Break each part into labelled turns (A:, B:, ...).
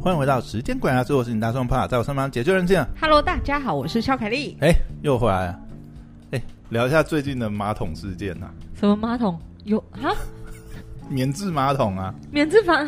A: 欢迎回到时间管家，最后是你大壮帕，在我身旁解救人性。
B: Hello，大家好，我是肖凯丽。
A: 哎，又回来了。哎，聊一下最近的马桶事件呐、
B: 什么马桶有啊？
A: 免治马桶啊，
B: 免治马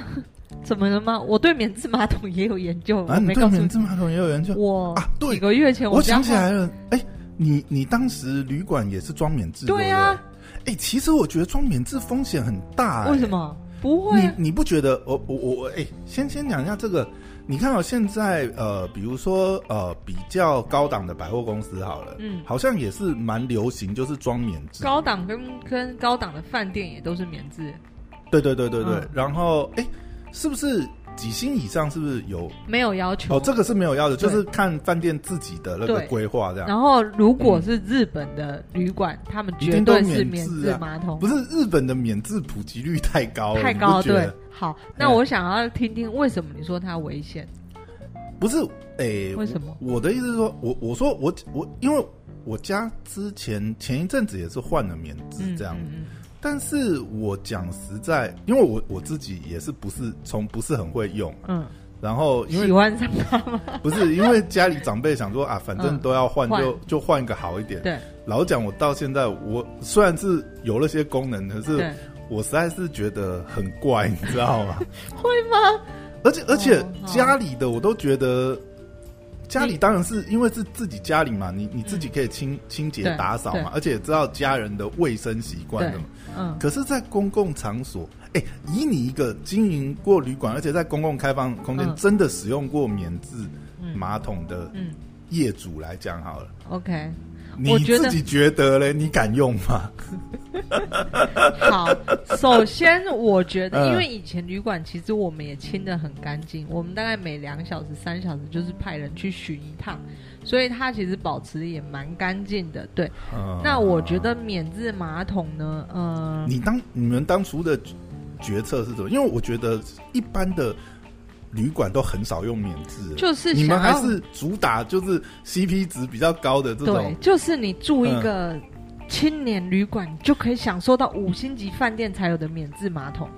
B: 怎么了吗？我对免治马桶也有研究，
A: 啊，
B: 我
A: 你
B: 没
A: 对
B: 告诉
A: 免
B: 你。
A: 治马桶也有研究
B: 我
A: 啊？
B: 几
A: 对，
B: 个月前
A: 我
B: 家
A: 想起来了，哎，你你当时旅馆也是装免治，
B: 对啊
A: 不对，哎，其实我觉得装免治风险很大、哎
B: 为什？么不会
A: 你
B: 啊？
A: 你不觉得？我我我我，哎、先先讲一下这个。你看到、哦现在呃，比如说呃，比较高档的百货公司好了，
B: 嗯
A: 好像也是蛮流行，就是装免治。
B: 高档跟跟高档的饭店也都是免治，
A: 对对对对对。
B: 嗯
A: 然后哎、是不是几星以上？是不是有？
B: 没有要求。
A: 哦，这个是没有要的，就
B: 嗯对
A: 是看饭店自己的那个
B: 对
A: 规划这样。
B: 然后如果是日本的旅馆，他们绝对是免治马桶
A: 不，是日本的免治普及率太高了，
B: 太
A: 你
B: 高
A: 啊不觉得哎
B: 对。好，那我想要听听为什么你说它危险？
A: 不是，诶、
B: 为什么
A: 我？我的意思是说，我我说我我，因为我家之前前一阵子也是换了免治
B: 嗯，
A: 这样，
B: 嗯
A: 但是我讲实在，因为我我自己也是不是从不是很会用，
B: 嗯，
A: 然后
B: 嗯
A: 因
B: 喜
A: 为
B: 欢上它吗？
A: 不是因为家里长辈想说啊，反正
B: 嗯
A: 都要换，
B: 换
A: 就就换一个好一点。
B: 对
A: 老实讲，我到现在我虽然是有那些功能，可是
B: 对，
A: 我实在是觉得很怪，你知道 吗？
B: 会吗？
A: 而且而且
B: 哦好
A: 家里的我都觉得，家里
B: 你
A: 当然是因为是自己家里嘛，你你自己可以清清洁
B: 对
A: 打扫
B: 对
A: 嘛，而且也知道家人的卫生习惯的嘛。
B: 嗯，
A: 可是，在公共场所，哎、以你一个经营过旅馆，而且在公共开放空间
B: 嗯
A: 真的使用过免治
B: 嗯
A: 马桶的
B: 嗯
A: 业主来讲好了，
B: ，OK，
A: 你
B: 我觉
A: 自
B: 得
A: 己觉得嘞，你敢用吗？
B: 好。首先，我觉得，
A: 嗯
B: 因为以前旅馆其实我们也清的很干净，我们大概每两小时、三小时就是派人去巡一趟，所以它其实保持得也蛮干净的。对，
A: 嗯
B: 那我觉得免治马桶呢，呃，
A: 你当你们当初的决策是怎么？因为我觉得一般的旅馆都很少用免治，
B: 就是
A: 你们
B: 想
A: 还
B: 要
A: 是主打就是 CP 值比较高的这
B: 对
A: 种，，嗯
B: 就是你住一个青年旅馆，你就可以享受到五星级饭店才有的免治马桶。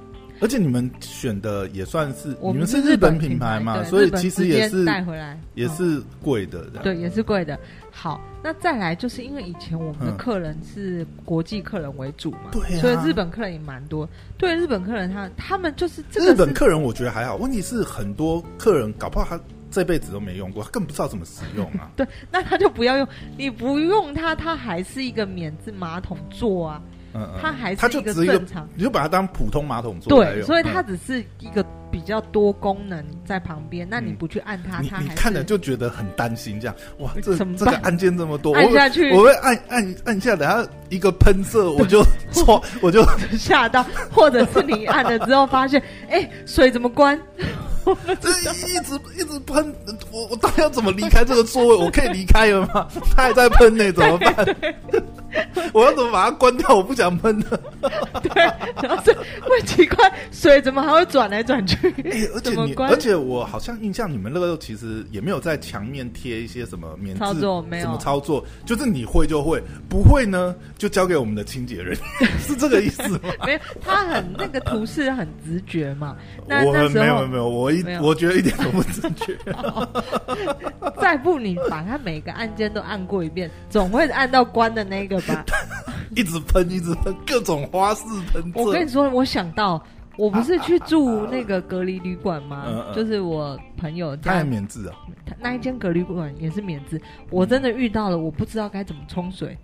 A: 而且你们选的也算是
B: 我
A: 你们是
B: 日
A: 本
B: 品
A: 品牌嘛，
B: 对
A: 所以
B: 日本
A: 其实
B: 直接
A: 也是
B: 带回来，
A: 也
B: 嗯
A: 是贵的这样。
B: 对，也是贵的。好，那再来就是因为以前我们的客人是国际客人为主嘛，
A: 对啊
B: 所以日本客人也蛮多。对日本客人他，他们就是这个
A: 日
B: 是。
A: 本客人我觉得还好，问题是很多客人搞不好他这辈子都没用过，他更不知道怎么使用啊
B: 对，那他就不要用，你不用它，它还是一个免治马桶座啊，
A: 嗯嗯，
B: 它还
A: 他
B: 是
A: 就
B: 个
A: 只一个
B: 正，常。
A: 你就把它当普通马桶座来
B: 对，
A: 用。
B: 所以
A: 嗯
B: 它只是一个比较多功能在旁边，那你
A: 嗯
B: 不去按它，
A: 你
B: 它
A: 你
B: 还
A: 看
B: 是
A: 了就觉得很担心，这样哇，这
B: 怎么
A: 这个
B: 办
A: 案件这么多，我
B: 按
A: 会
B: 下去
A: 我会按按按下，等下一个喷射我就错，我就
B: 吓到，或者是你按了之后发现， 哎、水怎么关？
A: 这一直一直喷，我我到底要怎么离开这个座位？我可以离开了吗？他还在喷呢，怎么办？ 我要怎么把它关掉？我不想喷 了。
B: 对，然后这会奇怪，水怎么还会转来转去？
A: 哎、而且
B: 怎么
A: 你，
B: 关
A: 而且我好像印象，你们那个其实也没有在墙面贴一些什么免治
B: 操作没有
A: 什么操作，就是你会就会，不会呢就交给我们的清洁人， 是这个意思吗？
B: 没有，他很那个图示很直觉嘛。那
A: 我
B: 那
A: 没
B: 时
A: 有
B: 候
A: 没有，我一
B: 没有
A: 我觉得一点都不正确。
B: 再不你把他每个按键都按过一遍，总会按到关的那个 吧？
A: 一直喷，一直喷，各种花式喷
B: 我跟
A: 射
B: 你。说，我想到。我不是去住那个隔离旅馆吗？
A: 嗯嗯
B: 就是我朋友
A: 他
B: 家
A: 还免治啊？
B: 他那一间隔离馆也是免治，我真的遇到了，我不知道该怎么冲水。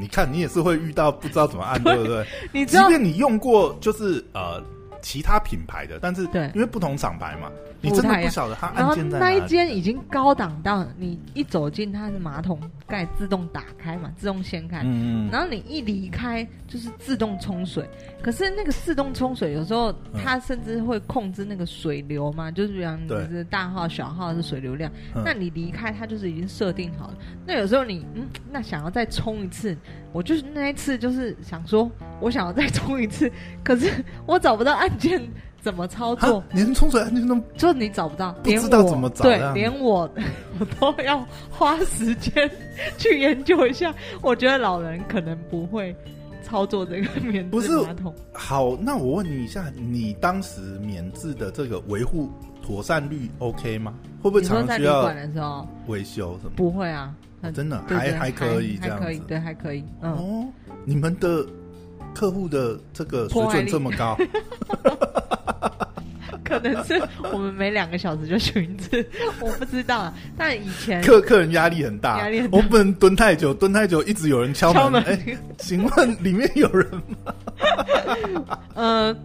A: 你看，你也是会遇到不知道怎么按，对不对？
B: 你知
A: 即
B: 道
A: 便你用过，就是呃其他品牌的，但是
B: 对
A: 因为不同厂牌嘛，你
B: 不
A: 真的
B: 太
A: 不
B: 一样
A: 晓得它
B: 然
A: 按
B: 后
A: 键在
B: 那
A: 哪
B: 一
A: 里。
B: 间已经高档到你一走进，它是马桶盖自动打开嘛，自动掀开，
A: 嗯，
B: 然后你一离开就是自动冲水。可是那个自动冲水有时候
A: 嗯
B: 它甚至会控制那个水流嘛，就是比方你
A: 对
B: 是大号小号是水流量，
A: 嗯
B: 那你离开它就是已经设定好了。那有时候你嗯，那想要再冲一次，我就是那一次就是想说我想要再冲一次，可是我找不到按键怎么操
A: 哈
B: 作。
A: 连冲水按键都
B: 就你找不到，
A: 不
B: 连
A: 知道
B: 我
A: 怎么找这
B: 对，
A: 样
B: 连我我都要 花时间去研究一下。我觉得老人可能不会操作这个免
A: 不
B: 治
A: 是
B: 马桶。
A: 好，那我问你一下，你当时免治的这个维护妥善率 OK 吗？会不会
B: 你说
A: 常常
B: 在
A: 需
B: 旅
A: 要
B: 馆的时候
A: 维修什么？
B: 不会啊，很
A: 真的
B: 对
A: 还
B: 对
A: 还可以这
B: 还
A: 样
B: 可以，
A: 子
B: 对，还可以。嗯，
A: 哦。你们的客户的这个水
B: 破坏
A: 准
B: 力
A: 这么高，
B: 可能是我们每两个小时就巡一次， 我不知道啊。但以前
A: 客客人压力很大，
B: 压力很大
A: 我不能蹲太久，蹲太久一直有人敲
B: 敲门，
A: 哎、请问里面有人吗？
B: 呃，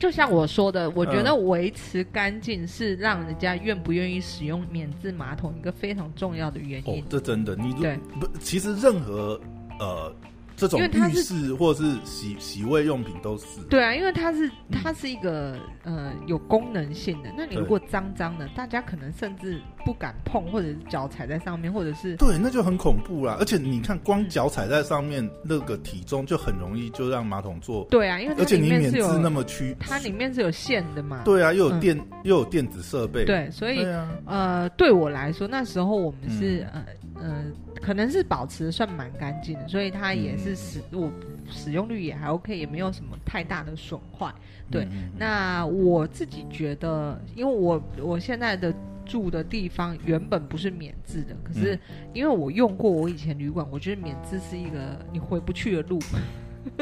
B: 就像我说的，我觉
A: 嗯
B: 得维持干净是让人家愿不愿意使用免治马桶一个非常重要的原
A: 哦
B: 因。，
A: 这真的，你如
B: 对
A: 不，其实任何呃这种
B: 因为它
A: 浴
B: 是
A: 室或是洗洗胃用品都是，
B: 对啊，因为它是它是一个呃有功能性的，那你
A: 对
B: 如果脏脏的，大家可能甚至不敢碰，或者是脚踩在上面，或者是
A: 对，那就很恐怖啦。而且你看，光脚踩在上面，那个体重就很容易就让马桶坐，
B: 对啊，因为它
A: 而且
B: 里
A: 你
B: 面
A: 免
B: 是
A: 治那
B: 有
A: 么屈，
B: 它里面是有线的嘛，
A: 对啊，又有
B: 嗯
A: 电、又有电子设备，
B: 对，所以
A: 对啊，
B: 呃，对我来说，那时候我们是、
A: 嗯
B: 呃呃，可能是保持得算蛮干净的，所以它也是使、我使用率也还 OK，也没有什么太大的损坏。对
A: 嗯，嗯嗯
B: 那我自己觉得，因为我我现在的住的地方原本不是免治的，可是
A: 嗯
B: 因为我用过我以前旅馆，我觉得免治是一个你回不去的路。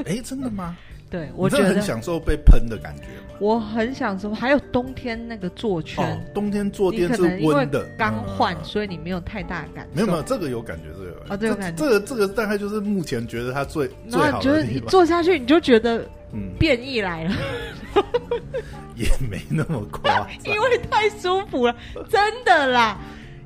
A: 哎、真的吗？
B: 对我
A: 你
B: 觉
A: 真的很
B: 得
A: 享受被喷的感觉吗？
B: 我很享受，还有冬天那个坐圈
A: 哦，冬天坐
B: 你
A: 垫
B: 可
A: 是
B: 能因为
A: 温的，
B: 刚换，
A: 嗯嗯嗯
B: 所以你没有太大的感受。
A: 没有没有，这个有感觉，这个有
B: 哦这个有感觉
A: 这个这个大概就是目前觉得它最最
B: 然后
A: 好
B: 你就是
A: 的
B: 你
A: 地方，
B: 坐下去，你就觉得
A: 嗯，
B: 变异 来了，
A: 也没那么夸张
B: 因。为太舒服了，真的啦。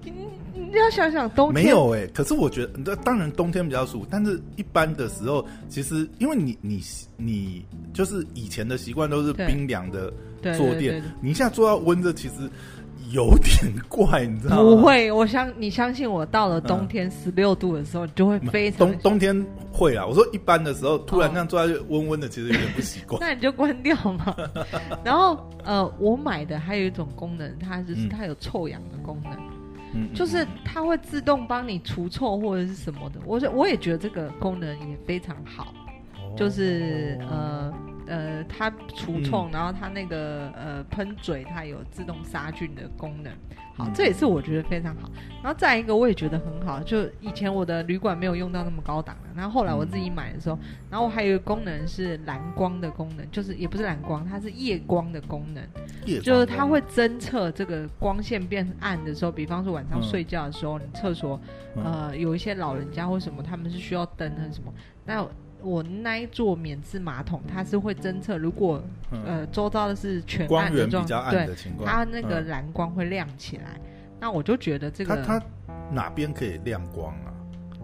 B: 你你要想想冬天
A: 没有哎、可是我觉得，那当然冬天比较舒服，但是一般的时候，其实因为你你你就是以前的习惯都是
B: 对
A: 冰凉的
B: 对
A: 坐
B: 对
A: 垫
B: 对对，
A: 你一下坐到温的，其实有点怪，你知道吗？嗯
B: 不会，我相你相信我，到了冬天十六度的时候，你就会非常
A: 冬。冬天会啊啦，我说一般的时候，突然这样坐下去温温的，其实有点不习惯。
B: 那你就关掉 嘛。然后呃，我买的还有一种功能，它就是
A: 嗯
B: 它有臭氧的功能，
A: 嗯嗯
B: 就是它会自动帮你除臭或者是什么的。我就我也觉得这个功能也非常好。
A: 哦嗯
B: 就是呃呃，它除臭，然后它那个呃喷嘴，它有自动杀菌的功能。好，
A: 嗯
B: 这也是我觉得非常好。然后再一个，我也觉得很好，就以前我的旅馆没有用到那么高档的，然后后来我自己买的时候，然后我还有一个功能是蓝光的功能，就是也不是蓝光，它是夜光的功能。
A: 夜
B: 就是
A: 访
B: 它
A: 问
B: 会侦测这个光线变暗的时候，比方说晚上
A: 嗯
B: 睡觉的时候，你厕所
A: 嗯
B: 呃有一些老人家或什么，他们是需要灯还是什么？那我那一座免治马桶，它是会侦测，如果
A: 嗯
B: 呃周遭的是全
A: 光
B: 暗的
A: 源比
B: 状
A: 较暗
B: 对，
A: 的情况，
B: 它那个
A: 嗯
B: 蓝光会亮起来。那我就觉得这
A: 它
B: 个
A: 它哪边可以亮光啊？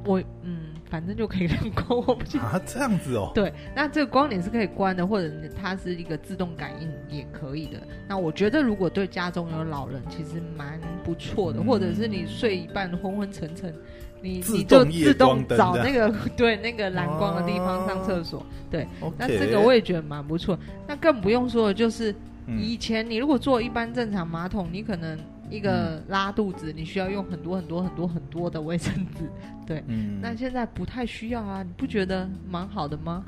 B: 我嗯，反正就可以亮光，我不知道。
A: 啊，这样子哦，
B: 对，那这个光点是可以关的，或者它是一个自动感应也可以的。那我觉得，如果对家中有老人，其实蛮不错的，
A: 嗯
B: 或者是你睡一半昏昏沉沉，你
A: 自
B: 你就
A: 动夜
B: 自动
A: 光灯
B: 找
A: 这
B: 那个 对那个蓝光的地
A: 哦
B: 方上厕所。 那
A: OK，
B: 这个我也觉得蛮不错。那更不用说的就是，
A: 嗯
B: 以前你如果坐一般正常马桶，你可能一
A: 嗯
B: 个拉肚子，你需要用很多很多很多很多的卫生纸。
A: 嗯
B: 那现在不太需要啊，你不觉得蛮好的吗？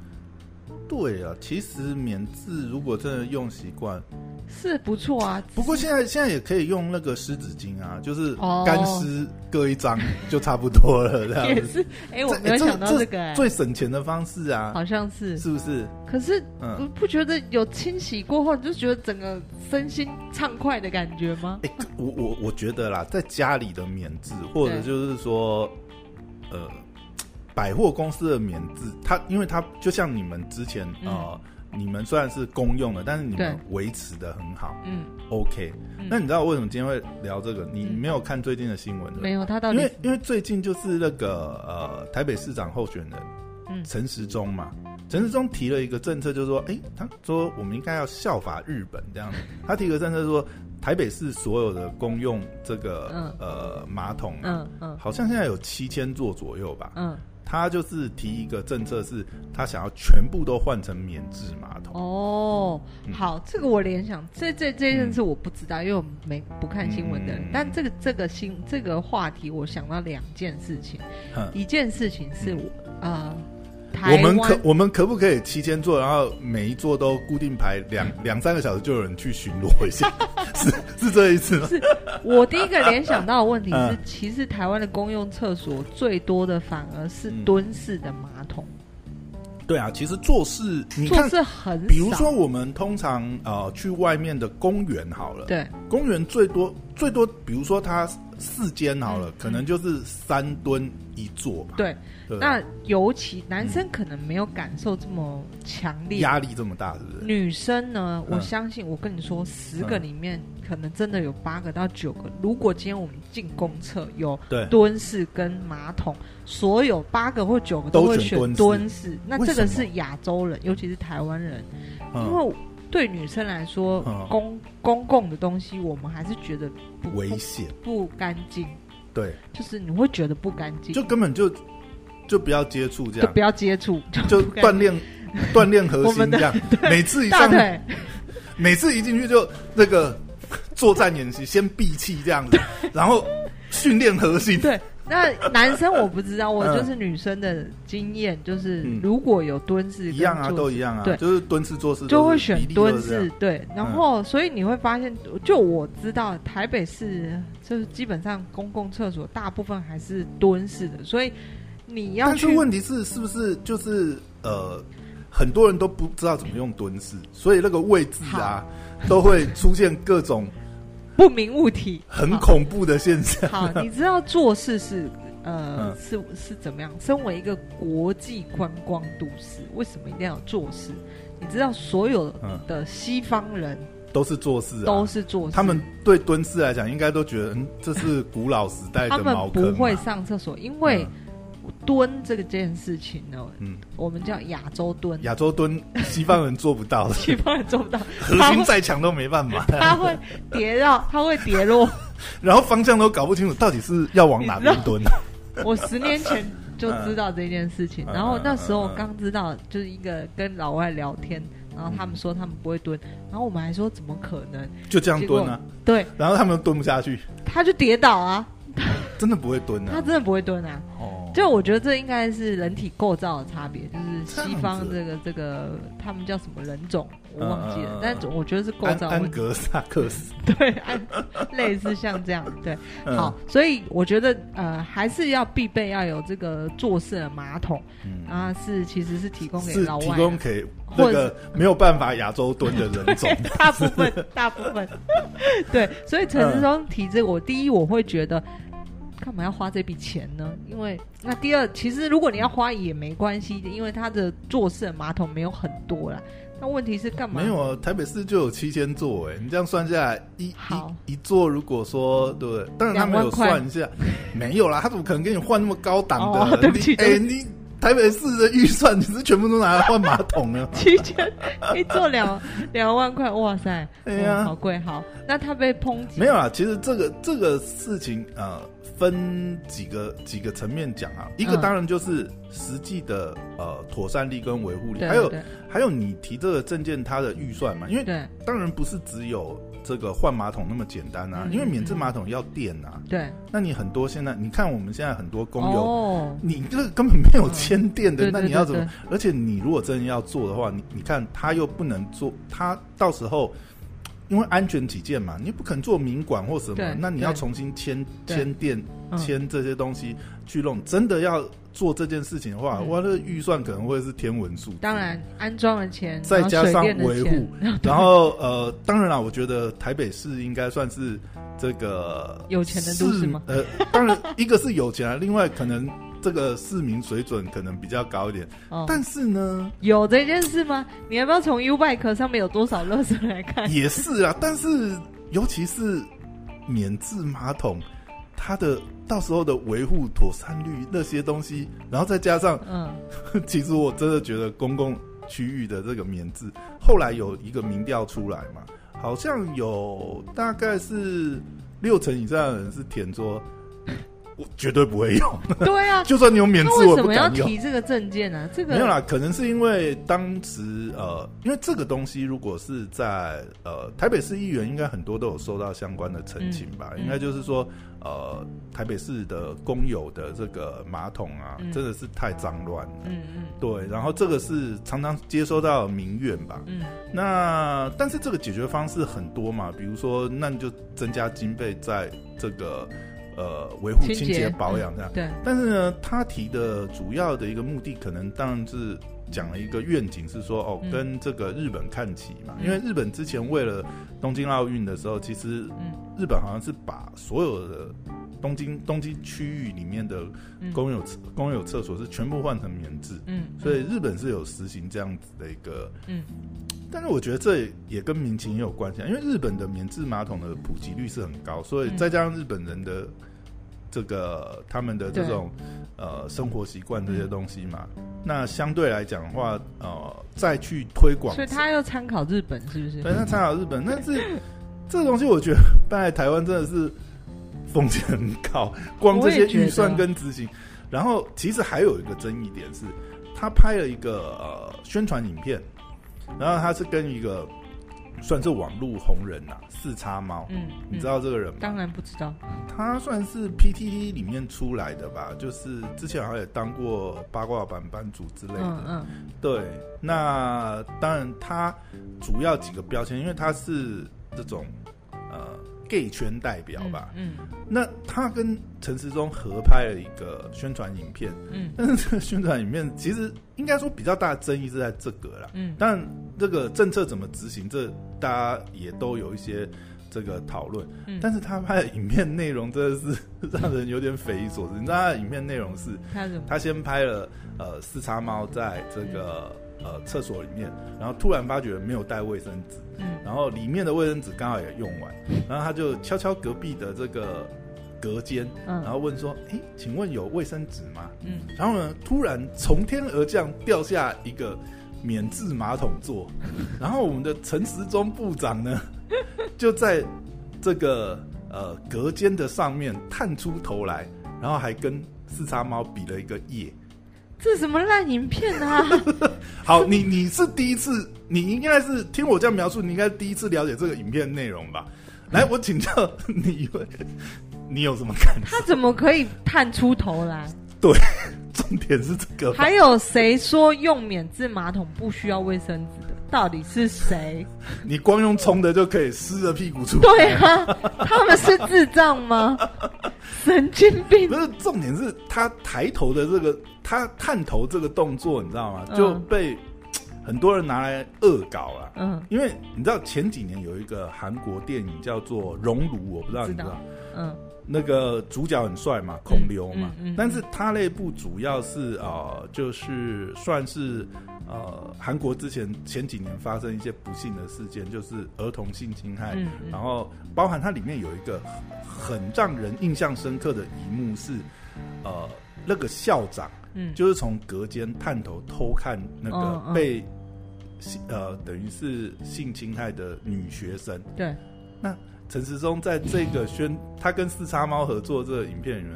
A: 对啊，其实免治如果真的用习惯，
B: 是不错啊，
A: 不过现在现在也可以用那个湿纸巾啊，就是
B: 哦
A: 干湿各一张就差不多了，这
B: 也
A: 样子
B: 是，哎、我
A: 这
B: 没有
A: 这
B: 想到
A: 这
B: 这个、哎，
A: 最省钱的方式啊，
B: 好像是。
A: 是不是？
B: 可是
A: 嗯，
B: 不不觉得有清洗过后，你就觉得整个身心畅快的感觉吗？
A: 哎、我我我觉得啦，在家里的免治，或者
B: 对
A: 就是说，呃，百货公司的免治，它因为它就像你们之前
B: 嗯
A: 呃，你们虽然是公用的，但是你们
B: 对
A: 维持的很好
B: 嗯，
A: ，OK、
B: 嗯
A: 那你知道为什么今天会聊这个？你
B: 嗯
A: 没有看最近的新闻的
B: 没，有，他到
A: 因
B: 底
A: 为因为最近就是那个呃，台北市长候选人
B: 嗯
A: 陈时中嘛，陈时中提了一个政策，就是说，哎、他说我们应该要效法日本这样子。他提个政策说，台北市所有的公用这个、
B: 嗯
A: 呃马桶啊，
B: 嗯嗯
A: 好像现在有七千座左右吧。
B: 嗯，
A: 他就是提一个政策是，他想要全部都换成免治马桶。
B: 哦，
A: 嗯
B: 好，这个我联想，这这这件事我不知道，因为我没不看新闻的人。
A: 嗯
B: 但这个这个新这个话题，我想到两件事情，
A: 哼
B: 一件事情是我、呃，
A: 嗯
B: 台
A: 我
B: 湾
A: 们可我们可不可以提前做，然后每一座都固定排两
B: 嗯
A: 两三个小时，就有人去巡逻一下？ 是是这意思吗？
B: 我第一个联想到的问题是
A: 嗯，
B: 其实台湾的公用厕所最多的反而是蹲式的马桶，
A: 对啊，其实做事嗯你
B: 坐
A: 看，
B: 式很少。
A: 比如说我们通常呃去外面的公园好了，
B: 对，
A: 公园最多最多，比如说它四间好了，
B: 嗯
A: 可能就是三吨一座吧。
B: 对，
A: 对不对，
B: 那尤其男生可能没有感受这么强烈。
A: 压力这么大，是不是？
B: 女生呢，
A: 嗯
B: 我相信，我跟你说，十个里面可能真的有八个到九个。如果今天我们进公厕有
A: 对，
B: 蹲式跟马桶，所有八个或九个
A: 都
B: 都会
A: 选蹲
B: 选
A: 式
B: 蹲式。那
A: 为
B: 这
A: 什
B: 个
A: 么
B: 是亚洲人，尤其是台湾人。因
A: 嗯，
B: 为对女生来说，
A: 嗯
B: 公公共的东西，我们还是觉得不
A: 危
B: 不
A: 险，
B: 不干净，
A: 对，
B: 就是你会觉得不干净，
A: 就根本就就不要接触这
B: 就
A: 样
B: 不，要接触，
A: 就
B: 不干
A: 锻炼锻炼核
B: 我
A: 心
B: 们的
A: 这样。 每次一
B: 大
A: 上，
B: 腿。
A: 每次一进去就那个作战演习，先闭气这样子，然后训练核心。
B: 对，那男生我不知 道，我
A: 嗯
B: 就是女生的经验，就是
A: 嗯
B: 如果有蹲式跟
A: 一样啊，
B: 坐
A: 都
B: 式
A: 一样啊，
B: 对
A: 就是蹲式做事
B: 就会
A: 都是
B: 选
A: 比例都
B: 蹲
A: 是这样嗯
B: 式，对，然后所以你会发现，就我知道台北市就是基本上公共厕所大部分还是蹲式的，所以你要
A: 但
B: 去
A: 是问题是，是不是就是呃，很多人都不知道怎么用蹲式，所以那个位置啊，都会出现各种
B: 不明物体，啊
A: 很
B: 好
A: 恐怖的现 象。
B: 好，你知道做事是呃、
A: 嗯
B: 是是怎么样？身为一个国际观光都市，为什么一定要有做事？你知道所有
A: 嗯
B: 的西方人
A: 都是做事啊，
B: 都是做事，
A: 他们对蹲式来讲，应该都觉得嗯，这是古老时代
B: 他
A: 的
B: 们
A: 茅坑嘛。啊
B: 不会上厕所，因为蹲这个件事情呢，
A: 嗯
B: 我们叫亚洲蹲，
A: 嗯，亚洲蹲，西方人做不到的
B: 西方人做不到，
A: 核心再强都没办法，
B: 他会跌到，他会跌落。
A: 然后方向都搞不清楚，到底是要往哪边蹲。啊
B: 我十年前就知道这件事情，
A: 嗯
B: 然后那时候刚知道，就是一个跟老外聊天，然后他
A: 嗯
B: 们说他们不会蹲，然后我们还说怎么可能？
A: 就这样蹲啊，
B: 对，
A: 然后他们又蹲不下去，
B: 他就跌倒啊，
A: 真的不会蹲
B: 他
A: 啊。
B: 真的不会蹲啊。
A: 哦，
B: 就我觉得这应该是人体构造的差别，就是西方
A: 这
B: 这个这个他们叫什么人种，我忘记
A: 嗯嗯嗯
B: 了
A: 嗯，
B: 但我觉得是构
A: 安
B: 造
A: 安
B: 问题，
A: 格萨克斯，
B: 对，安类似像这样，对。
A: 嗯
B: 好，，所以我觉得呃，还是要必备要有这个坐式的马桶
A: 嗯
B: 啊，是其实是提供给
A: 是
B: 老
A: 提
B: 外
A: 供
B: 的，
A: 给那
B: 或者
A: 个没有办法亚洲蹲的人种。
B: 大部分 大部分 对，所以陈志忠提这个，我第一我会觉得。干嘛要花这笔钱呢？因为那第二，其实如果你要花也没关系，因为它的坐式的马桶没有很多啦。那问题是干嘛？
A: 没有啊，台北市就有七千座哎，你这样算下来一
B: 好
A: 一一座，如果说对不对？当然他没有
B: 两万块
A: 算一下，没有啦，他怎么可能给你换那么高档的？
B: 哦对不起
A: 你哎、
B: 对不？
A: 你台北市的预算你是全部都拿来换马桶啊呢
B: 七千一做两 两万块，哇塞，
A: 哎呀
B: 嗯好贵。好，那他被抨击
A: 没有啊啦，其实这个这个事情呃，分几个几个层面讲啊，一个
B: 嗯
A: 当然就是实际的呃妥善力跟维护力，
B: 对
A: 还有
B: 对
A: 还有你提这个证件它的预算嘛，因为
B: 对
A: 当然不是只有这个换马桶那么简单啊，
B: 嗯
A: 因为免治马桶要电啊。
B: 对，
A: 那你很多现在，你看我们现在很多公有，
B: 哦、
A: 你这个根本没有签电的，
B: 对
A: 那
B: 对
A: 你要
B: 对
A: 怎么？而且你如果真的要做的话，你你看他又不能做，他到时候因为安全起见嘛，你不肯做民管或什么
B: 对，
A: 那你要
B: 对
A: 重新签
B: 对
A: 签电、
B: 嗯
A: 签这些东西去弄。真的要做这件事情的话，
B: 嗯
A: 哇，那个预算可能会是天文数字。
B: 当然安装的钱，
A: 再
B: 然后
A: 加
B: 水
A: 上
B: 电的
A: 维
B: 钱
A: 护，然后呃，当然啦，我觉得台北市应该算是这个
B: 有钱的都市吗
A: 呃，当然一个是有钱啊，另外可能这个市民水准可能比较高一点，
B: 哦、
A: 但是呢，
B: 有这件事吗？你要不要从 U Bike 上面有多少垃圾来 看？
A: 也是啊，但是尤其是免治马桶，它的到时候的维护妥善率那些东西，然后再加上
B: 嗯，
A: 其实我真的觉得公共区域的这个免治，后来有一个民调出来嘛，好像有大概是六成以上的人是填说我绝对不会用。
B: 对啊，
A: 就算你有免
B: 他
A: 治，
B: 为
A: 我
B: 什
A: 也不
B: 么要
A: 敢用。
B: 提这个证件呢、啊？这个
A: 没有啦，可能是因为当时呃，因为这个东西如果是在呃台北市议员，应该很多都有收到相关的澄清吧？
B: 嗯嗯
A: 应该就是说，呃，台北市的公有的这个马桶啊，
B: 嗯
A: 真的是太脏乱了。
B: 嗯嗯
A: 对，然后这个是常常接收到民怨吧。
B: 嗯
A: 那但是这个解决方式很多嘛，比如说，那你就增加经费在这个呃维护
B: 清
A: 清
B: 洁嗯
A: 洁保养这样。
B: 对，
A: 但是呢，他提的主要的一个目的，可能当然是讲了一个愿景，是说哦
B: 嗯，
A: 跟这个日本看齐嘛。
B: 嗯
A: 因为日本之前为了东京奥运的时候，其实
B: 嗯
A: 日本好像是把所有的东京东京区域里面的
B: 嗯
A: 公有厕公有厕所是全部换成免治，
B: 嗯，
A: 所以日本是有实行这样子的一个。
B: 嗯
A: 但是我觉得这也跟民情也有关系啊，因为日本的免治马桶的普及率是很高，所以
B: 嗯
A: 再加上日本人的这个他们的这
B: 对嗯
A: 种呃生活习惯这些东西嘛，那相对来讲的话，呃，再去推广，
B: 所以他要参考日本是不是？
A: 对，啊那参考日本，但是这个东西我觉得搬来台湾真的是风险很高，光这些预算跟执行。然后其实还有一个争议点是，他拍了一个呃宣传影片，然后他是跟一个算是网络红人呐、四叉猫，
B: 嗯，
A: 你知
B: 道？
A: 道这个人吗？
B: 当然不知道，
A: 他算是 PTT 里面出来的吧，就是之前好像也当过八卦版版主之类的。
B: 嗯嗯
A: 对，那当然，他主要几个标签，因为他是这种呃 gay 圈代表吧。
B: 嗯
A: 那他跟陈时中合拍了一个宣传影片，
B: 嗯
A: 但是这个宣传影片其实应该说比较大的争议是在这个啦。
B: 嗯
A: 但这个政策怎么执行，这大家也都有一些这个讨论。
B: 嗯，
A: 但
B: 是
A: 是他拍的影片内容真的是 让人有点匪夷所思。你知道他的影片内容是，
B: 他怎么？
A: 他先拍了呃四叉猫在这个呃厕所里面，然后突然发觉没有带卫生纸，
B: 嗯
A: 然后里面的卫生纸刚好也用完，然后他就敲敲隔壁的这个隔间，然
B: 嗯
A: 后问说：“诶，请问有卫生纸吗
B: 嗯，？”
A: 然后呢，突然从天而降掉下一个免治马桶座，然后我们的陈时中部长呢，就在这个呃隔间的上面探出头来，然后还跟四叉猫比了一个耶。
B: 这什么烂影片 啊！
A: 好，你你是第一次，你应该是听我这样描述，你应该第一次了解这个影片内容吧？来，我请教你， 你有什么感受？
B: 他怎么可以探出头 来？
A: 重点是这个吧，
B: 还有谁说用免治马桶不需要卫生纸的？到底是谁？
A: 你光用冲的就可以湿着屁股出来。
B: 对啊，他们是智障 吗？神经病
A: 不！是重点是他抬头的这个，他探头这个动作，你知道吗？
B: 嗯
A: 就被很多人拿来恶搞了。
B: 嗯
A: 因为你知道前几年有一个韩国电影叫做《熔炉》，我不知道你知
B: 知
A: 道
B: 道。嗯
A: 那个主角很帅嘛，孔刘嘛，
B: 嗯嗯嗯
A: 但是他那部主要是呃，就是算是呃，韩国之前前几年发生一些不幸的事件，就是儿童性侵害，
B: 嗯
A: 然
B: 嗯
A: 后包含它里面有一个很让人印象深刻的一幕是，呃，那个校长
B: 嗯，
A: 就是从隔间探头偷看那
B: 嗯
A: 个
B: 嗯
A: 被性、呃等于是性侵害的女学生，
B: 对，
A: 陈时中在这个宣他跟四叉猫合作这个影片里面，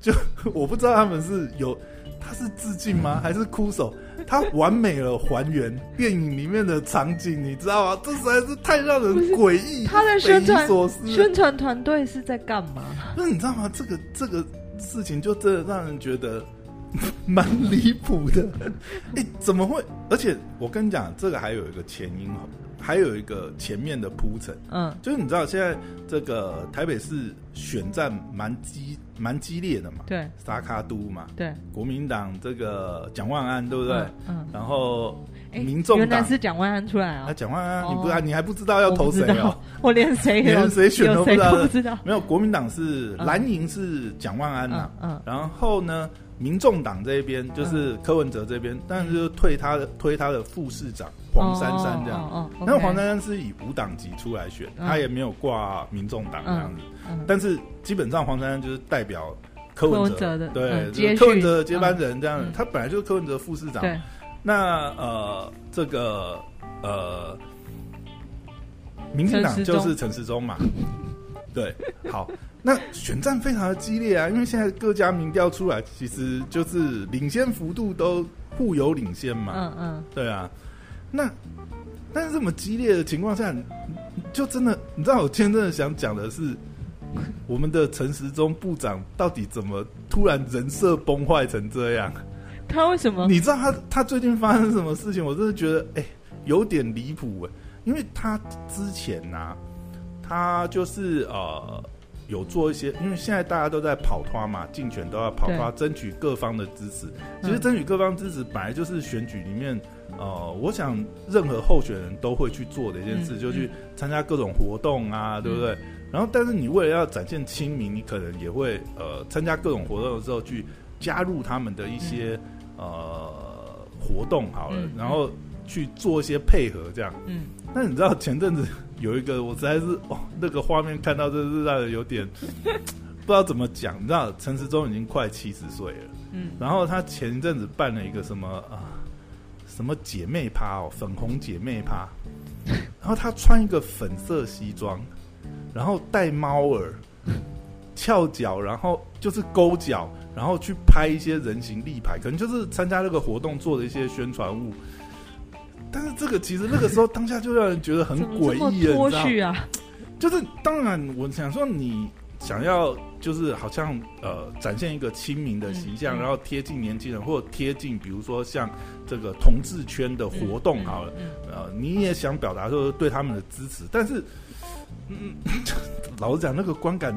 A: 就 我不知道他们是有他是致敬吗，还是哭手？他完美了还原电影里面的场景，你知道吗？这实在是太让人诡异，
B: 他的宣
A: 匪夷
B: 传
A: 所思了。
B: 宣传团队是在干嘛？
A: 那你知道吗？这个这个事情就真的让人觉得 蛮离谱的。哎、怎么会？而且我跟你讲，这个还有一个前因后，还有一个前面的铺陈。
B: 嗯
A: 就是你知道现在这个台北市选战蛮激蛮激烈的嘛，
B: 对
A: 沙卡都嘛，
B: 对，
A: 国民党这个蒋万安对不对？
B: 嗯嗯，
A: 然后
B: 哎
A: 民众
B: 原来
A: 党
B: 是蒋万安出来
A: 啊，
B: 啊，
A: 蒋万安，
B: 哦
A: 你不啊，你还不知道要投谁
B: 我不知
A: 哦
B: 道？， 我连谁
A: 连
B: 有
A: 谁选都
B: 有
A: 不知
B: 谁
A: 道
B: 都不知道。
A: 没有，国民党是
B: 嗯
A: 蓝营是蒋万安呐、
B: 嗯嗯
A: 然后呢，民众党这边就是柯文哲这边，
B: 嗯
A: 但是就推他的推他的副市长黄珊珊这样。
B: 哦哦，
A: 那黄
B: 珊，
A: 珊珊是以无党籍出来选，
B: 嗯
A: 他也没有挂民众党这样子，
B: 嗯
A: 但是基本上黄珊珊就是代表柯文
B: 柯文哲的
A: 对，就是
B: 嗯接续
A: 柯文哲的接班人这样，
B: 嗯
A: 他本来就是柯文哲副市长。
B: 对，
A: 那呃，这个呃，民进党
B: 陈时
A: 就
B: 中
A: 是陈时中嘛，对，好，那选战非常的激烈啊，因为现在各家民调出来，其实就是领先幅度都互有领先嘛。
B: 嗯嗯，
A: 对啊，那但是这么激烈的情况下，就真的，你知道，我今天真的想讲的是，我们的陈时中部长到底怎么突然人设崩坏成这样？
B: 他为什么？
A: 你知道他他最近发生什么事情？我真的觉得，哎、有点离谱哎，因为他之前呐、他就是呃有做一些，因为现在大家都在跑团嘛，竞选都要跑团，争取各方的支持。其实
B: 嗯
A: 争取各方支持本来就是选举里面，呃，我想任何候选人都会去做的一件事，
B: 嗯
A: 就去参加各种活动啊，对不对？然后，但是你为了要展现亲民，你可能也会呃参加各种活动的时候去加入他们的一些、呃活动好了，
B: 嗯
A: 然后去做一些配合这样。
B: 嗯，
A: 那你知道前阵子有一个，我实在是哦，那个画面看到真是让人有点不知道怎么讲。你知道陈时中已经快七十岁了，
B: 嗯，
A: 然后他前一阵子办了一个什么啊、什么姐妹趴哦，粉红姐妹 趴，然后他穿一个粉色西装，然后戴猫耳，翘脚，然后就是勾脚，然后去拍一些人形立牌，可能就是参加那个活动做的一些宣传物。但是这个其实那个时候当下就让人觉得很
B: 怎么
A: 诡
B: 这么
A: 异了，
B: 脱
A: 你知道吗？
B: 序啊？
A: 就是当然，我想说你想要就是好像呃展现一个亲民的形象，
B: 嗯嗯
A: 然后贴近年轻人，或者贴近比如说像这个同志圈的活动好了，
B: 嗯，
A: 呃，你也想表达说对他们的支持，但是嗯，老实讲，那个观感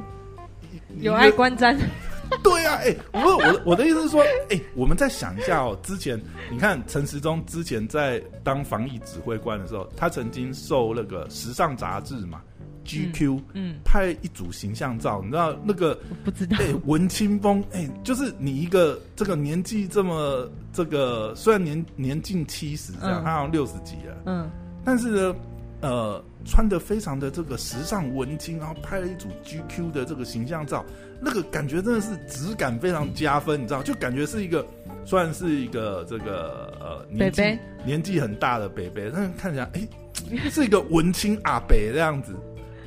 B: 嗯有爱观瞻，
A: 对啊，哎、我我我的意思是说，哎、我们再想一下哦，之前你看陈时中之前在当防疫指挥官的时候，他曾经受那个时尚杂志嘛 GQ、
B: 嗯，
A: 拍一组形象照，你知道那个
B: 我不知道
A: 哎、，文青风哎、就是你一个这个年纪这么这个，虽然年年近七十这样，
B: 嗯
A: 他好像六十几了，
B: 嗯
A: 但是呢，呃，穿的非常的这个时尚文青，然后拍了一组 GQ 的这个形象照，那个感觉真的是质感非常加分，你知道，就感觉是一个算是一个这个呃年纪
B: 北北
A: 年纪很大的北北，但是看起来哎、是一个文青阿北这样子，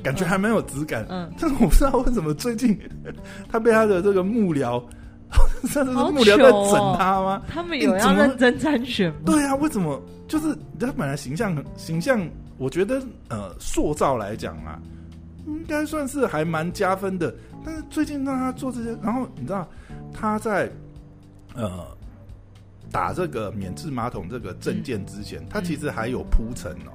A: 感觉还蛮有质感。
B: 嗯，
A: 但是我不知道为什么最近 他被他的这个幕僚， 甚至是
B: 好
A: 幕僚在
B: 糗哦
A: 整他吗？
B: 他们有
A: 你
B: 要
A: 哎怎么
B: 认真参选吗？
A: 对啊，为什么？就是他本来形象很形象，我觉得呃，塑造来讲啊，应该算是还蛮加分的。但是最近让他做这些，然后你知道他在呃打这个免治马桶这个证件之前，他其实还有铺陈哦。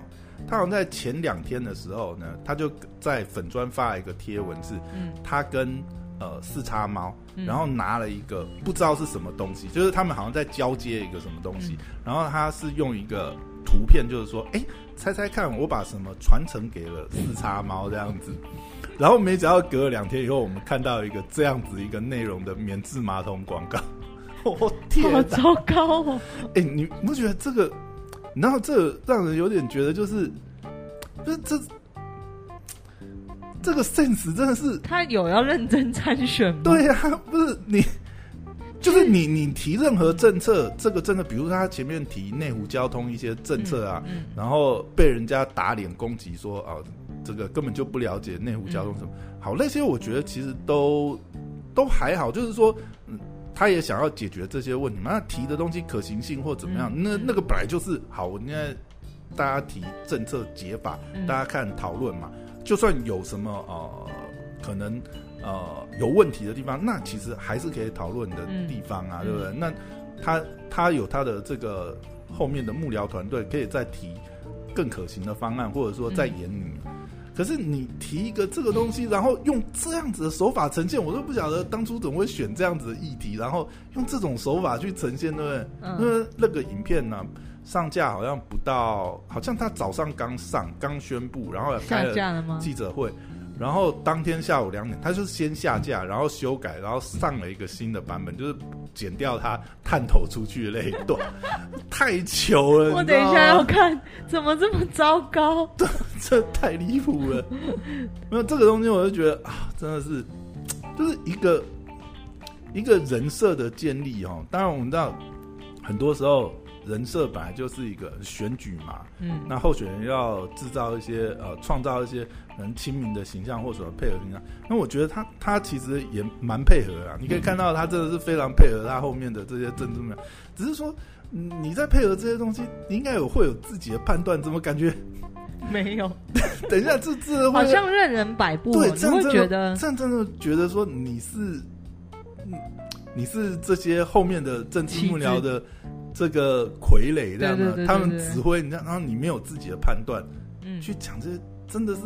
A: 他好像在前两天的时候呢，他就在粉砖发了一个贴文是，
B: 嗯
A: 他跟呃四叉猫，
B: 嗯
A: 然后拿了一个不知道是什么东西，就是他们好像在交接一个什么东西，然后他是用一个图片，就是说，哎，猜猜看，我把什么传承给了四叉猫这样子。然后没想到隔了两天以后，我们看到一个这样子一个内容的免治马桶广告， 我、天
B: 好
A: 哪！
B: 糟糕哦！
A: 哎、你不觉得这个，然后这个让人有点觉得就是，不是这这个 sense 真的是
B: 他有要认真参选吗？
A: 对呀、啊不是你，就是你，你提任何政策，这个政策，比如说他前面提内湖交通一些政策啊，
B: 嗯，
A: 然后被人家打脸攻击说啊，这个根本就不了解内湖交通什么。好，那些我觉得其实都都还好，就是说，嗯，他也想要解决这些问题嘛，那提的东西可行性或怎么样，
B: 嗯
A: 那
B: 嗯
A: 那个本来就是好，我现在大家提政策解法，
B: 嗯
A: 大家看讨论嘛，就算有什么呃可能呃有问题的地方，那其实还是可以讨论的地方啊，
B: 嗯
A: 对不对？那他他有他的这个后面的幕僚团队可以再提更可行的方案，或者说再演你。
B: 嗯
A: 可是你提一个这个东西，然后用这样子的手法呈现，我都不晓得当初怎么会选这样子的议题，然后用这种手法去呈现，对不对？
B: 嗯
A: 因为那个影片呢、上架好像不到，好像他早上刚上，刚宣布，然后开
B: 下
A: 了
B: 架了吗？
A: 记者会，然后当天下午两点，他就是先下架，然后修改，然后上了一个新的版本，就是剪掉他探头出去的那一段， 太糗了！
B: 我
A: 你知
B: 等
A: 道
B: 一下要
A: 吗，
B: 看，怎么这么糟糕？
A: 这太离谱了。没有这个东西，我就觉得啊，真的是，就是一个一个人设的建立哦。当然，我们知道很多时候人设本来就是一个选举嘛，
B: 嗯，
A: 那候选人要制造一些呃，创造一些很亲民的形象或什么配合形象。那我觉得他他其实也蛮配合的啊，你可以看到他真的是非常配合他后面的这些政治面，只是说嗯你在配合这些东西，你应该有会有自己的判断，怎么感觉？
B: 没有，
A: 等一下，这这会
B: 好像任人摆布哦，
A: 对，
B: 你
A: 这样
B: 会
A: 真的
B: 觉得
A: 这样真的觉得说你是，嗯你是这些后面的政治
B: 棋
A: 幕
B: 子
A: 僚的这个傀儡，这样
B: 对对
A: 的，
B: 对对
A: 他们
B: 对对
A: 指挥你这样，然后你没有自己的判断
B: 嗯，
A: 去讲这些，真的是，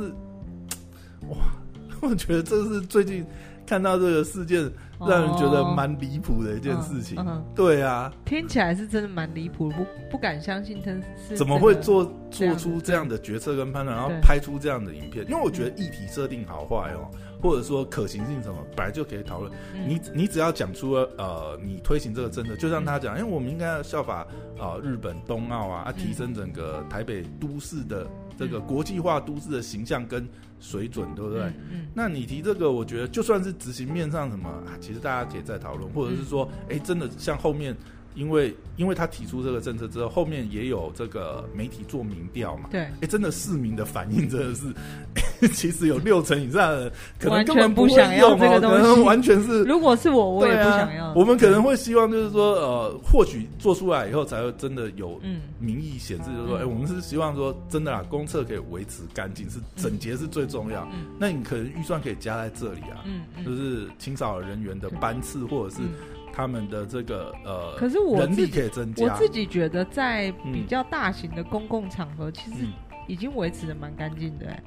A: 哇， 我觉得这是最近看到这个事件
B: 哦
A: 让人觉得蛮离谱的一件事情。
B: 嗯嗯
A: 对啊，
B: 听起来是真的蛮离谱，不不敢相信他是
A: 怎么
B: 这
A: 会
B: 个？
A: 做
B: 这
A: 做
B: 样
A: 出
B: 子
A: 这样的决策跟判断，然后
B: 对
A: 拍出这样的影片？因为我觉得议题设定好坏哦，或者说可行性什么，本来就可以讨论。
B: 嗯
A: 你你只要讲出呃，你推行这个政策，就像他讲，因哎为我们应该要效法呃日本冬奥啊，啊
B: 嗯
A: 提升整个台北都市的这个
B: 嗯
A: 国际化都市的形象跟水准，对不对？
B: 嗯嗯
A: 那你提这个，我觉得就算是执行面上什么啊，其实大家可以再讨论，或者是说，
B: 嗯
A: 哎、真的像后面，因为因为他提出这个政策之后，后面也有这个媒体做民调嘛，
B: 对，
A: 哎、真的市民的反应真的是， 其实有六成以上的人可能
B: 完
A: 根
B: 全
A: 本
B: 不
A: 会
B: 想要
A: 用
B: 这个
A: 哦
B: 东
A: 可能
B: 西
A: 完全是。
B: 如果是我， 我也
A: 对
B: 不
A: 啊
B: 想要。
A: 我们可能会希望就是说，呃，或许做出来以后才会真的有
B: 嗯
A: 民意显示，就是说，哎、
B: 嗯
A: 我们是希望说，真的啦，公厕可以维持干净，是整洁是最重要。
B: 嗯
A: 那你可能预算可以加在这里啊，
B: 嗯嗯，
A: 就是清扫人员的班次，或者是
B: 嗯
A: 他们的这个呃，
B: 可是我
A: 人
B: 自
A: 力
B: 己
A: 可以增
B: 我
A: 加。
B: 自己觉得，在比
A: 嗯
B: 较大型的公共场合，其实
A: 嗯
B: 已经维持的蛮干净的、欸。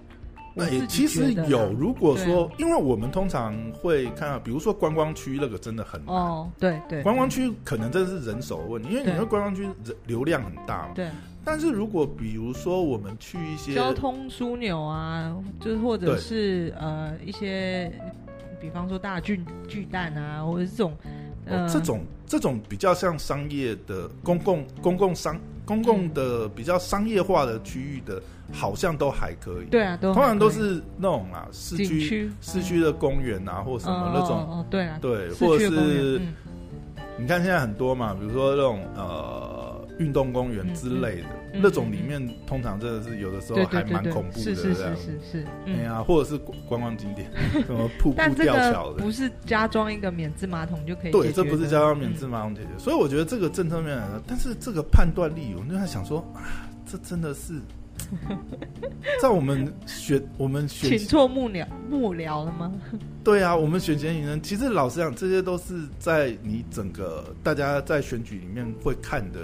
B: 我
A: 那也
B: 自己
A: 其实
B: 觉得
A: 有，
B: 啦
A: 如果说
B: 对，啊
A: 因为我们通常会看到，比如说观光区那个真的很难，
B: 哦，对对，
A: 观嗯光区可能真的是人手的问题，因为你
B: 对
A: 说观光区人流量很大嘛。
B: 对
A: 但是如果比如说我们去一些
B: 交通枢纽啊，就是或者
A: 对
B: 是呃一些，比方说大巨巨蛋啊，或者是这种
A: 哦
B: 呃、
A: 这种这种比较像商业的公共公共商公共的
B: 嗯
A: 比较商业化的区域的，好像都还可以。
B: 对啊，都
A: 通常都
B: 很
A: 是那种啦，市
B: 景
A: 区
B: 区
A: 市区的公园啊，或
B: 嗯
A: 什么
B: 哦
A: 那种，
B: 哦哦对啊，
A: 对，
B: 市
A: 或者
B: 区的公园
A: 是
B: 嗯
A: 你看现在很多嘛，比如说那种呃运动公园之类的，
B: 嗯嗯
A: 那种里面通常真的是有的时候
B: 对对
A: 还
B: 对
A: 蛮
B: 对，
A: 恐怖的
B: 是是
A: 这
B: 是
A: 样。
B: 是是，
A: 哎
B: 嗯。
A: 呀，或者是观观光景 点，什么瀑
B: 但
A: 布
B: 这
A: 吊
B: 个
A: 桥的
B: 不，是加装一个免治马桶就可以
A: 对，
B: 解
A: 这
B: 决
A: 不是
B: 的
A: 加上免治
B: 嗯
A: 马桶解决。所以我觉得这个政策面来说，但是这个判断力，哦我就在想说啊，这真的 是在我们选我们选
B: 请错幕僚幕僚了吗？
A: 对啊，我们选嫌疑人，其实老实讲，这些都是在你整个大家在选举里面会看的，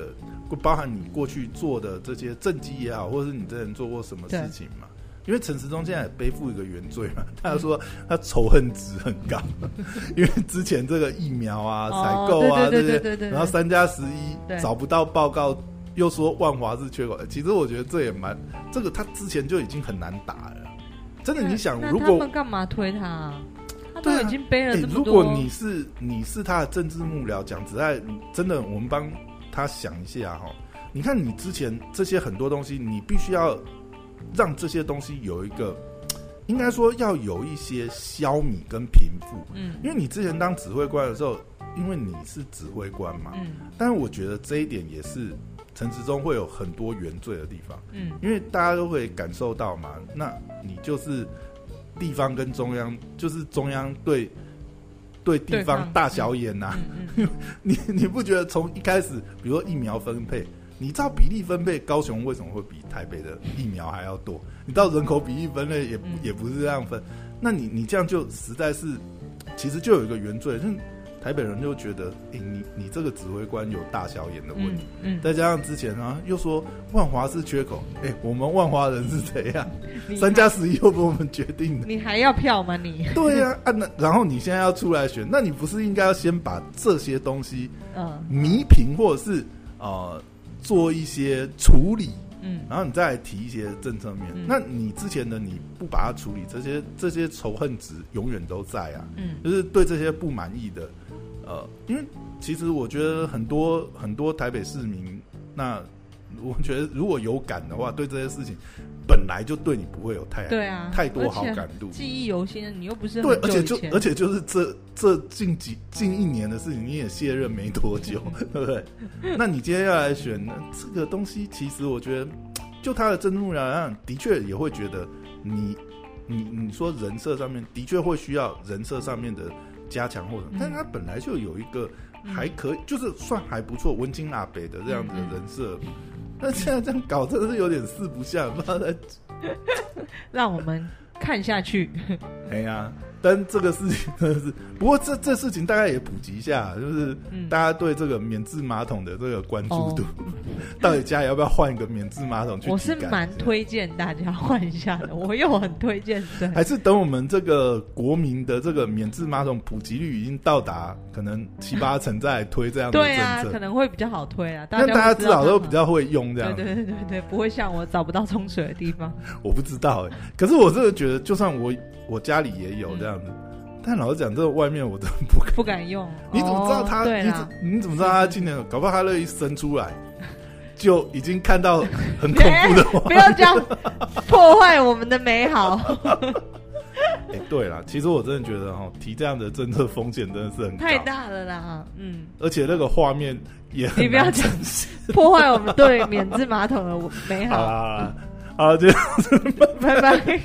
A: 包含你过去做的这些政绩也好，或者是你之前做过什么事情嘛。因为陈时中现在也背负一个原罪 嘛，他说他仇恨值很高， 因为之前这个疫苗啊、
B: 哦
A: 采购啊
B: 对
A: 这
B: 对对对对
A: 些，
B: 对哦
A: 然后三加十
B: 对
A: 一找不到报告，又说万华是缺口，呃其实我觉得这也蛮，这个他之前就已经很难打了。真的，你想，
B: 那
A: 如
B: 他
A: 果
B: 们干嘛推他、啊？他
A: 对
B: 都
A: 啊
B: 已经背了
A: 欸
B: 这么
A: 如
B: 多，
A: 果你是你是他的政治幕僚，讲实在，真的，我们帮他想一下哈。你看，你之前这些很多东西，你必须要让这些东西有一个，应该说要有一些消弭跟平复。
B: 嗯
A: 因为你之前当指挥官的时候，因为你是指挥官嘛，
B: 嗯
A: 但是我觉得这一点也是陈时中会有很多原罪的地方。
B: 嗯，
A: 因为大家都会感受到嘛，那你就是地方跟中央，就是中央对对地
B: 对
A: 方
B: 方
A: 大小眼啊呐、
B: 嗯嗯
A: 你你不觉得从一开始，比如说疫苗分配，你照比例分配，高雄为什么会比台北的疫苗还要多？你到人口比例分类也不、
B: 嗯
A: 也不是这样分，那你你这样就实在是，其实就有一个原罪，就是台北人就觉得，诶、你你这个指挥官有大小眼的问题。
B: 嗯嗯
A: 再加上之前啊，又说万华是缺口，哎、我们万华人是谁呀、
B: 你
A: 三加十一又不是我们决定的。
B: 你还要票吗你？
A: 对呀、啊，那然后你现在要出来选，那你不是应该要先把这些东西
B: 嗯
A: 弥平，或者是呃做一些处理，
B: 嗯
A: 然后你再来提一些政策面。
B: 嗯
A: 那你之前的你不把它处理，这些这些仇恨值永远都在啊。
B: 嗯
A: 就是对这些不满意的，呃，因为其实我觉得很多很多台北市民，那我觉得如果有感的话，对这些事情本来就对你不会有太
B: 对啊，
A: 太多好感度
B: 而且。记忆犹新的啊你又不是很
A: 对，而且
B: 久
A: 就
B: 以前
A: 而且就是这这近几近一年的事情，你也卸任没多 久，对不对？那你接下来选呢？这个东西，其实我觉得，就它的真度来看，的确也会觉得你你你说人设上面的确会需要人设上面的加强或者，
B: 嗯
A: 但它本来就有一个
B: 嗯
A: 还可以，就是算还不错文青阿北的这样子的
B: 嗯嗯
A: 人设。 那现在这样搞，真的是有点四不像，不知道在
B: 让我们看下去。
A: 哎呀，但这个事情真的是， 不过这这事情大概也普及一下，就是
B: 嗯
A: 大家对这个免治马桶的这个关注度， 到底家里要不要换一个免治马桶去？
B: 哦我是蛮，推荐大家换一下的，我又很推荐对，
A: 还是等我们这个国民的这个免治马桶普及率已经到达可能七八成，再来推这样的
B: 对啊，
A: 政
B: 可
A: 策，
B: 能会比较好推啊。
A: 那
B: 家
A: 大家
B: 会
A: 至
B: 知道
A: 少都
B: 它
A: 比较会用这
B: 对
A: 样。
B: 对对对对，不会像我找不到冲水的地方。
A: 我不知道哎、可是我真的觉得，就算我我家里也有这样子，但老实讲，这个外面我真的不敢。
B: 不敢用。
A: 你怎么知道他？
B: 哦、对
A: 你怎
B: 啦，
A: 你怎么知道他今年？搞不好他乐意生出 来，就已经看到很恐怖的话。
B: 不要这样破坏我们的美好，
A: 哎、对啦，其实我真的觉得哦，提这样的政策风险真的是很高
B: 太，大了啦。嗯，
A: 而且那个画面也很
B: 你不要
A: 难
B: 讲破坏我们对免治马桶的美
A: 好啊
B: 好。
A: 啦，好啦，就
B: 拜拜。